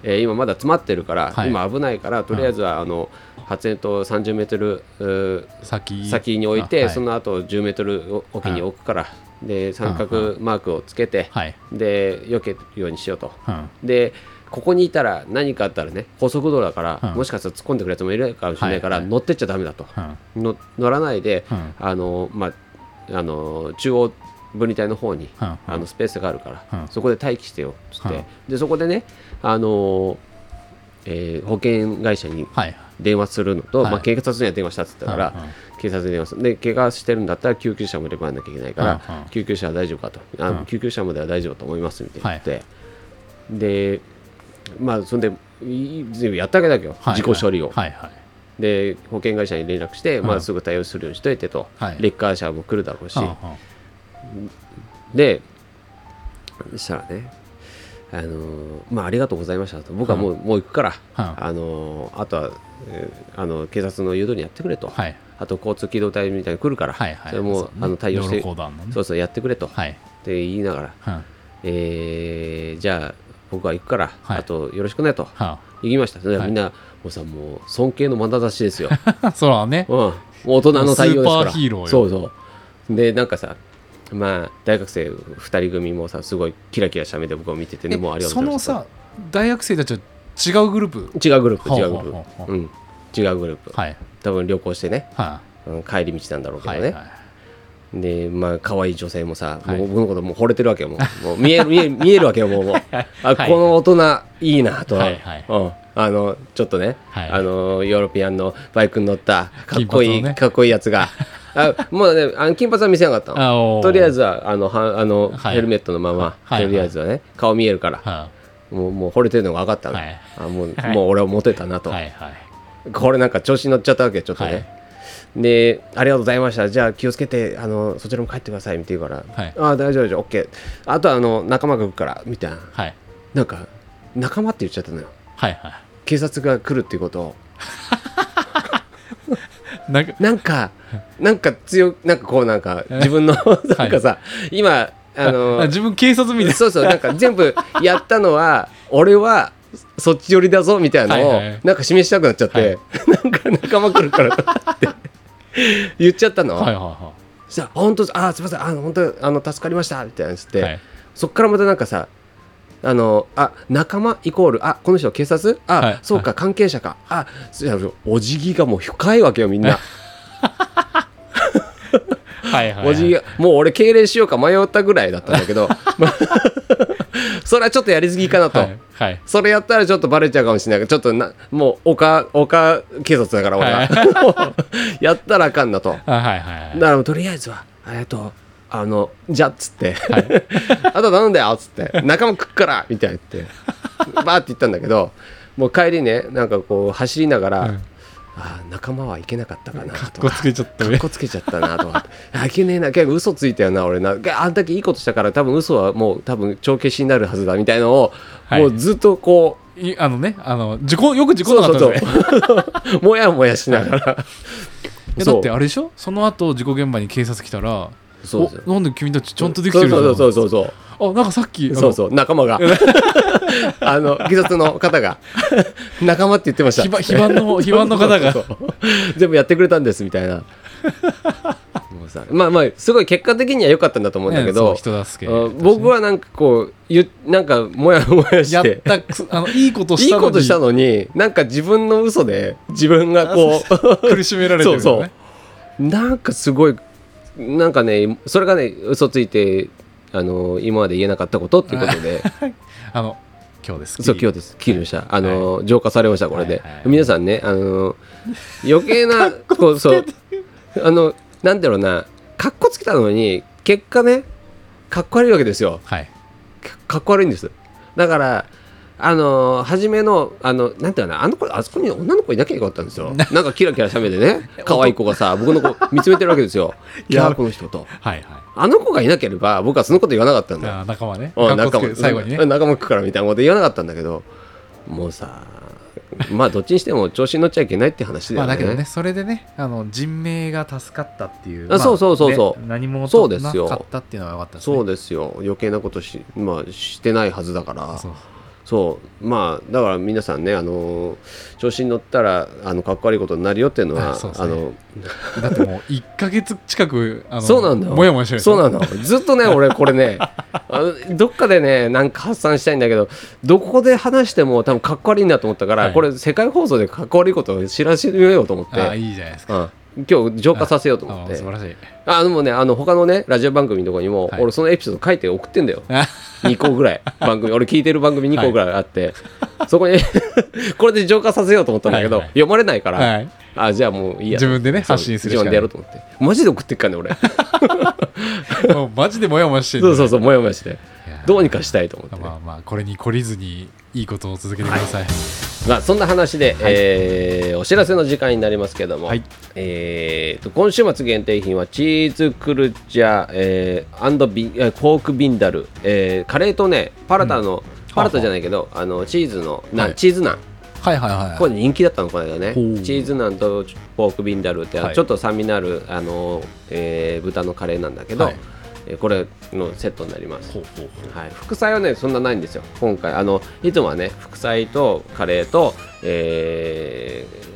Speaker 1: えー今まだ詰まってるから、
Speaker 2: はい
Speaker 1: 今危ないからとりあえずはあの発煙筒を30メートルうー
Speaker 2: 先
Speaker 1: 先に置いて、
Speaker 2: あはい
Speaker 1: その後10メートルおきに置くから、で三角マークをつけて、
Speaker 2: はい、
Speaker 1: で避けるようにしようと
Speaker 2: うん、
Speaker 1: でここにいたら何かあったらね高速道路だから、
Speaker 2: うん
Speaker 1: もしかしたら突っ込んでくるやつもいるかもしれないから、
Speaker 2: はいはい
Speaker 1: 乗ってっちゃダメだと
Speaker 2: うん
Speaker 1: の乗らないで、
Speaker 2: うん
Speaker 1: あのまああの中央分離帯の方に、
Speaker 2: うん
Speaker 1: あのスペースがあるから、
Speaker 2: うん
Speaker 1: そこで待機してよっつって、
Speaker 2: うん
Speaker 1: でそこでねあの、えー保険会社に
Speaker 2: はい
Speaker 1: 電話するのと、
Speaker 2: はい
Speaker 1: まあ、警察には電話したっつったから、
Speaker 2: うんうん
Speaker 1: 警察に電話するで怪我してるんだったら救急車も呼ばなきゃいけないから、
Speaker 2: うんうん
Speaker 1: 救急車は大丈夫かとあ、
Speaker 2: うん
Speaker 1: 救急車までは大丈夫と思いますみたいな言って、でまあそんでいい全部やったわけだけど、
Speaker 2: はい
Speaker 1: 事故処理を、
Speaker 2: はいはい
Speaker 1: で保険会社に連絡して、
Speaker 2: うん
Speaker 1: まあ、すぐ対応するようにしといてと、
Speaker 2: はい
Speaker 1: レッカー車も来るだろうし、
Speaker 2: うんうん
Speaker 1: でそしたらねあのーまあ、ありがとうございましたと僕はもう,、もう行くから、あのーあとは、えーあの警察の言う通りにやってくれと、
Speaker 2: はい
Speaker 1: あと交通機動隊みたいに来るから、
Speaker 2: はいはい
Speaker 1: それも
Speaker 2: うね
Speaker 1: あの対応して
Speaker 2: 道路公団のね
Speaker 1: そうそうやってくれと、
Speaker 2: はい
Speaker 1: って言いながら、
Speaker 2: うんは
Speaker 1: えーじゃあ僕は行くから、
Speaker 2: はい
Speaker 1: あとよろしくねと
Speaker 2: あ
Speaker 1: 行きましたそれで
Speaker 2: はい
Speaker 1: みんな、もうさもう尊敬の眼差しですよ、
Speaker 2: そらね
Speaker 1: うん、もう大人の対応ですから
Speaker 2: スーパーヒーローよ
Speaker 1: そうそうでなんかさまあ大学生2人組もさすごいキラキラした目で僕を見ててね
Speaker 2: え
Speaker 1: もうありがとう
Speaker 2: そ
Speaker 1: ござい
Speaker 2: の
Speaker 1: ます
Speaker 2: さ大学生たちは違うグループ
Speaker 1: 違うグループ
Speaker 2: ほう
Speaker 1: 違
Speaker 2: ほう
Speaker 1: うグルー
Speaker 2: ほうほ
Speaker 1: プ、
Speaker 2: う
Speaker 1: うん、違うグループ、
Speaker 2: はい
Speaker 1: 多分旅行してね、
Speaker 2: は
Speaker 1: うん帰り道なんだろう
Speaker 2: い
Speaker 1: けど
Speaker 2: は
Speaker 1: ね、
Speaker 2: いはい
Speaker 1: でまあ可愛い女性もさ、
Speaker 2: はい
Speaker 1: もう僕のこともう惚れてるわけよもうもう見える 見える見えるわけよもうもうあ
Speaker 2: はい
Speaker 1: この大人いいなと、
Speaker 2: はいはい
Speaker 1: うん、あのちょっとね、
Speaker 2: はい
Speaker 1: あのヨーロピアンのバイクに乗ったかっこいい、
Speaker 2: 金髪のね
Speaker 1: かっこいいやつがあもうねあの金髪は見せなかった
Speaker 2: あ
Speaker 1: の
Speaker 2: おー
Speaker 1: とりあえずはあのはあの、
Speaker 2: はい
Speaker 1: ヘルメットのまま、
Speaker 2: はい
Speaker 1: とりあえずはね顔見えるから、
Speaker 2: は
Speaker 1: もうもう惚れてるのが分かったの、
Speaker 2: はい
Speaker 1: あもう,、
Speaker 2: はい
Speaker 1: もう俺はモテたな
Speaker 2: あ
Speaker 1: と、
Speaker 2: はいはい
Speaker 1: これなんか調子に乗っちゃったわけよちょっとね、
Speaker 2: はい
Speaker 1: でありがとうございましたじゃあ気をつけてあのそちらも帰ってくださいみたいなから、
Speaker 2: はい
Speaker 1: ああ大丈夫大丈夫 OK あとはあの仲間が来るからみたいな
Speaker 2: はい
Speaker 1: なんか仲間って言っちゃったのよ
Speaker 2: はいは
Speaker 1: 警察が来るっていうことを
Speaker 2: いなんか
Speaker 1: なんかなんか強なんかこうなんか自分のなんかさ、今あの
Speaker 2: あ自分警察みたいな
Speaker 1: そうそうなんか全部やったのは俺はそっち寄りだぞみたいなのを、
Speaker 2: はいはい
Speaker 1: なんか示したくなっちゃって、
Speaker 2: は
Speaker 1: なんか仲間来るからって言っちゃったの、
Speaker 2: はいはいは
Speaker 1: そしたら本当あーすみませんあの本当あの助かりましたみたいなのつっ
Speaker 2: い
Speaker 1: て、
Speaker 2: はい
Speaker 1: そっからまたなんかさあのあ仲間イコールあこの人警察あ、
Speaker 2: はい
Speaker 1: そうか関係者かあそういやお辞儀がもう深いわけよみんな、
Speaker 2: はいはい
Speaker 1: お辞儀がもう俺敬礼しようか迷ったぐらいだったんだけ ど まあそれはちょっとやりすぎかなと、
Speaker 2: はいはい
Speaker 1: それやったらちょっとバレちゃうかもしれないけどちょっとなもう岡岡警察だから俺は、やったらあかんなと。
Speaker 2: あはいはいはい
Speaker 1: だからもうとりあえずはえっとあのじゃっつって、 あと頼んだよっつって仲間食っからみたいな言ってバーって言ったんだけどもう帰りねなんかこう走りながら、
Speaker 2: うん
Speaker 1: あー仲間はいけなかったかなと
Speaker 2: こ
Speaker 1: か
Speaker 2: っつけちゃった
Speaker 1: かっこつけちゃったなとかあいけねえな結構嘘ついたよな俺なあんだけいいことしたから多分嘘はもう多分帳消しになるはずだみたいのを、
Speaker 2: はい
Speaker 1: もうずっとこう
Speaker 2: い あのねあの事故よく事故なかった
Speaker 1: そ
Speaker 2: ん
Speaker 1: う
Speaker 2: ですね
Speaker 1: そう そうもやもやしながら
Speaker 2: いやだってあれでしょその後事故現場に警察来たら
Speaker 1: そうですよ
Speaker 2: おなんで君たちちゃんとできてるじゃん
Speaker 1: そうそうそうそう
Speaker 2: あなんかさっきあの
Speaker 1: そうそう仲間 があの警察の方が 仲間って言ってました
Speaker 2: 非番非番の非番の方が
Speaker 1: そうそうそう全部やってくれたんですみたいなもうさまあまあすごい結果的には良かったんだと思うんだけ
Speaker 2: ねそ
Speaker 1: ど、
Speaker 2: う人助け
Speaker 1: あ僕はなんかこうゆなんかモヤモヤ
Speaker 2: や
Speaker 1: し
Speaker 2: ってたくそあのいいこと
Speaker 1: い
Speaker 2: し
Speaker 1: い
Speaker 2: たのに
Speaker 1: ことしたのになんか自分の嘘で自分がこう
Speaker 2: 苦しめられてる、ね、
Speaker 1: そうそう なんかすごいなんかねそれがね嘘ついてあの今まで言えなかったことっていうことで
Speaker 2: あの今日です
Speaker 1: そう今日です切りましたあの、浄化されましたこれで、
Speaker 2: はいはい
Speaker 1: 皆さんねあの余計なこうそうあのなんだろうなかっこつけたのに結果ねかっこ悪いわけですよ
Speaker 2: はい
Speaker 1: かかっこ悪いんですだからあの初めのあのなんていうかなあの子あそこに女の子いなきゃよかったんです よなんかキラキラした目でね可愛い子がさ僕の子見つめてるわけです よい
Speaker 2: や
Speaker 1: やこの人と
Speaker 2: はいは
Speaker 1: あの子がいなければ僕はそのこと言わなかったん
Speaker 2: い
Speaker 1: だよ
Speaker 2: あ仲間ね
Speaker 1: うん
Speaker 2: かっこつけ
Speaker 1: 仲間
Speaker 2: 最後にね
Speaker 1: うん仲間くからみたいなこと言わなかったんだけどもうさまあどっちにしても調子に乗っちゃいけないって話だ
Speaker 2: ま
Speaker 1: よ
Speaker 2: あ
Speaker 1: ね,、
Speaker 2: だけどねそれでねあの人命が助かったっていう
Speaker 1: あそうそうそうそう
Speaker 2: ね何も
Speaker 1: そうですよ
Speaker 2: なかったっていうのは良かったですね
Speaker 1: そうですよ余計なことし,、まあ、してないはずだから
Speaker 2: そう
Speaker 1: そうまあだから皆さんねあの調子に乗ったらあのかっこ悪いことになるよっていうのは
Speaker 2: あそうです
Speaker 1: あ
Speaker 2: ね
Speaker 1: の
Speaker 2: だってもう1か月近くあの
Speaker 1: そうなんだよ
Speaker 2: もやもやしてるでし
Speaker 1: そ
Speaker 2: ょ
Speaker 1: うなのずっとね俺これねあのどっかでねなんか発散したいんだけどどこで話しても多分かっこ悪いなと思ったから、
Speaker 2: はい
Speaker 1: これ世界放送でかっこ悪いことを知らしめようと思って、
Speaker 2: ああいいじゃないですか
Speaker 1: うん、今日浄化させようと
Speaker 2: あ
Speaker 1: 思っ
Speaker 2: あ
Speaker 1: て
Speaker 2: 素晴らしい
Speaker 1: あでもねあの他のねラジオ番組のとこにも、
Speaker 2: はい
Speaker 1: 俺そのエピソード書いて送って んだよ
Speaker 2: あ
Speaker 1: 2個ぐらい番組俺聞いてる番組2個ぐらいあって、そこに これで浄化させようと思ったんだけど、
Speaker 2: はいはい
Speaker 1: 読まれないから、
Speaker 2: はい
Speaker 1: あじゃあもういいや
Speaker 2: 自分でね
Speaker 1: そう
Speaker 2: 発信す
Speaker 1: 自
Speaker 2: るしか
Speaker 1: 分
Speaker 2: ない
Speaker 1: でやろうと思ってマジで送ってっからね俺
Speaker 2: もうマジでもやもやしてる
Speaker 1: そうそうそうもやもやして
Speaker 2: いや
Speaker 1: どうにかしたいと思って、ね
Speaker 2: まあまあこれに懲りずにいいことを続けてください、
Speaker 1: まあ、そんな話で、えーお知らせの時間になりますけども、
Speaker 2: はい
Speaker 1: えーと今週末限定品はチーズクルチャー、えーアンドビえーポークビンダル、えーカレーとねパラタの、パラタじゃないけどあのチーズのナン、
Speaker 2: はい
Speaker 1: チーズナン
Speaker 2: はいはいはい
Speaker 1: これ人気だったのこの間ね
Speaker 2: ほう
Speaker 1: チーズナンとポークビンダルって、あの
Speaker 2: はい
Speaker 1: ちょっと酸味のあるあの、えー豚のカレーなんだけど、
Speaker 2: はい
Speaker 1: えーこれのセットになります
Speaker 2: ほうほうほう
Speaker 1: はい、副菜はねそんなないんですよ今回あのいつもはね副菜とカレーと、えー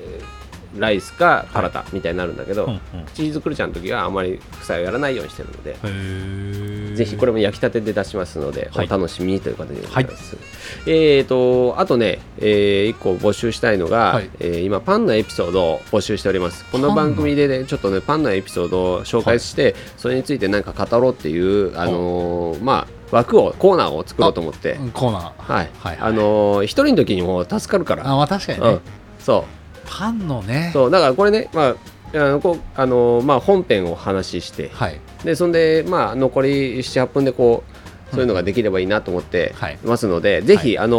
Speaker 1: ライスかパラタみたいになるんだけど、
Speaker 2: うんうん
Speaker 1: チーズクルチャーの時はあまり副菜をやらないようにしてるので、
Speaker 2: へえ
Speaker 1: ぜひこ
Speaker 2: れ
Speaker 1: れも焼きたてで出しますので、
Speaker 2: はい
Speaker 1: お楽しみにということでございます、えー、とあとね、え1個募集したいのが、
Speaker 2: はい
Speaker 1: えー今パンのエピソードを募集しておりますこの
Speaker 2: パン
Speaker 1: 番
Speaker 2: の
Speaker 1: 組でねちょっとねパンのエピソードを紹介して、それについて何か語ろうっていう、あのーまあ、枠をコーナーを作ろうと思って、
Speaker 2: コーナー
Speaker 1: はい
Speaker 2: はいはい
Speaker 1: あのー、一人の時にも助かるから、
Speaker 2: あまあ確かにね、
Speaker 1: うん、そう
Speaker 2: パンのね
Speaker 1: そうだからこれね、まああのこうあのーまあ、本編をお話しして、
Speaker 2: はい
Speaker 1: でそんで、まあ、残り78分でこうそういうのができればいいなと思って
Speaker 2: はい
Speaker 1: ますので、ぜひ、あの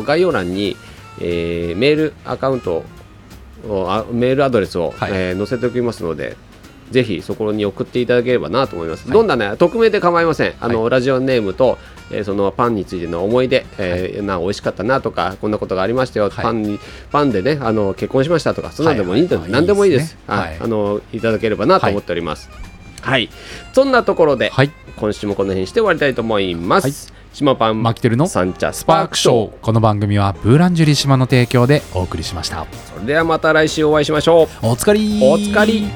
Speaker 1: ー概要欄に、えーメールアカウントをあメールアドレスを、
Speaker 2: はい
Speaker 1: えー載せておきますのでぜひそこに送っていただければなと思います、
Speaker 2: はい
Speaker 1: どんなね匿名で構いませんあの、ラジオネームと、えーそのパンについての思い出、えーな美味しかったなとかこんなことがありましたよ、
Speaker 2: はい
Speaker 1: パンにパンでねあの結婚しましたとかそんなのでもいいんで、
Speaker 2: はいはいはい
Speaker 1: 何でもいいです
Speaker 2: いいですね
Speaker 1: あ
Speaker 2: はい
Speaker 1: あのいただければなと思っております、はい、そんなところで、
Speaker 2: はい
Speaker 1: 今週もこの辺にして終わりたいと思います。
Speaker 2: はい
Speaker 1: 島パン
Speaker 2: マキテルの
Speaker 1: サンチャ
Speaker 2: ス
Speaker 1: ス
Speaker 2: パ
Speaker 1: パ
Speaker 2: ー
Speaker 1: ー
Speaker 2: ク
Speaker 1: ク
Speaker 2: シ
Speaker 1: ショ
Speaker 2: ョ
Speaker 1: ー
Speaker 2: ーこの番組はブーランジュリ島の提供でお送りしました
Speaker 1: それではまた来週お会いしましょう。
Speaker 2: おつかり
Speaker 1: おつかり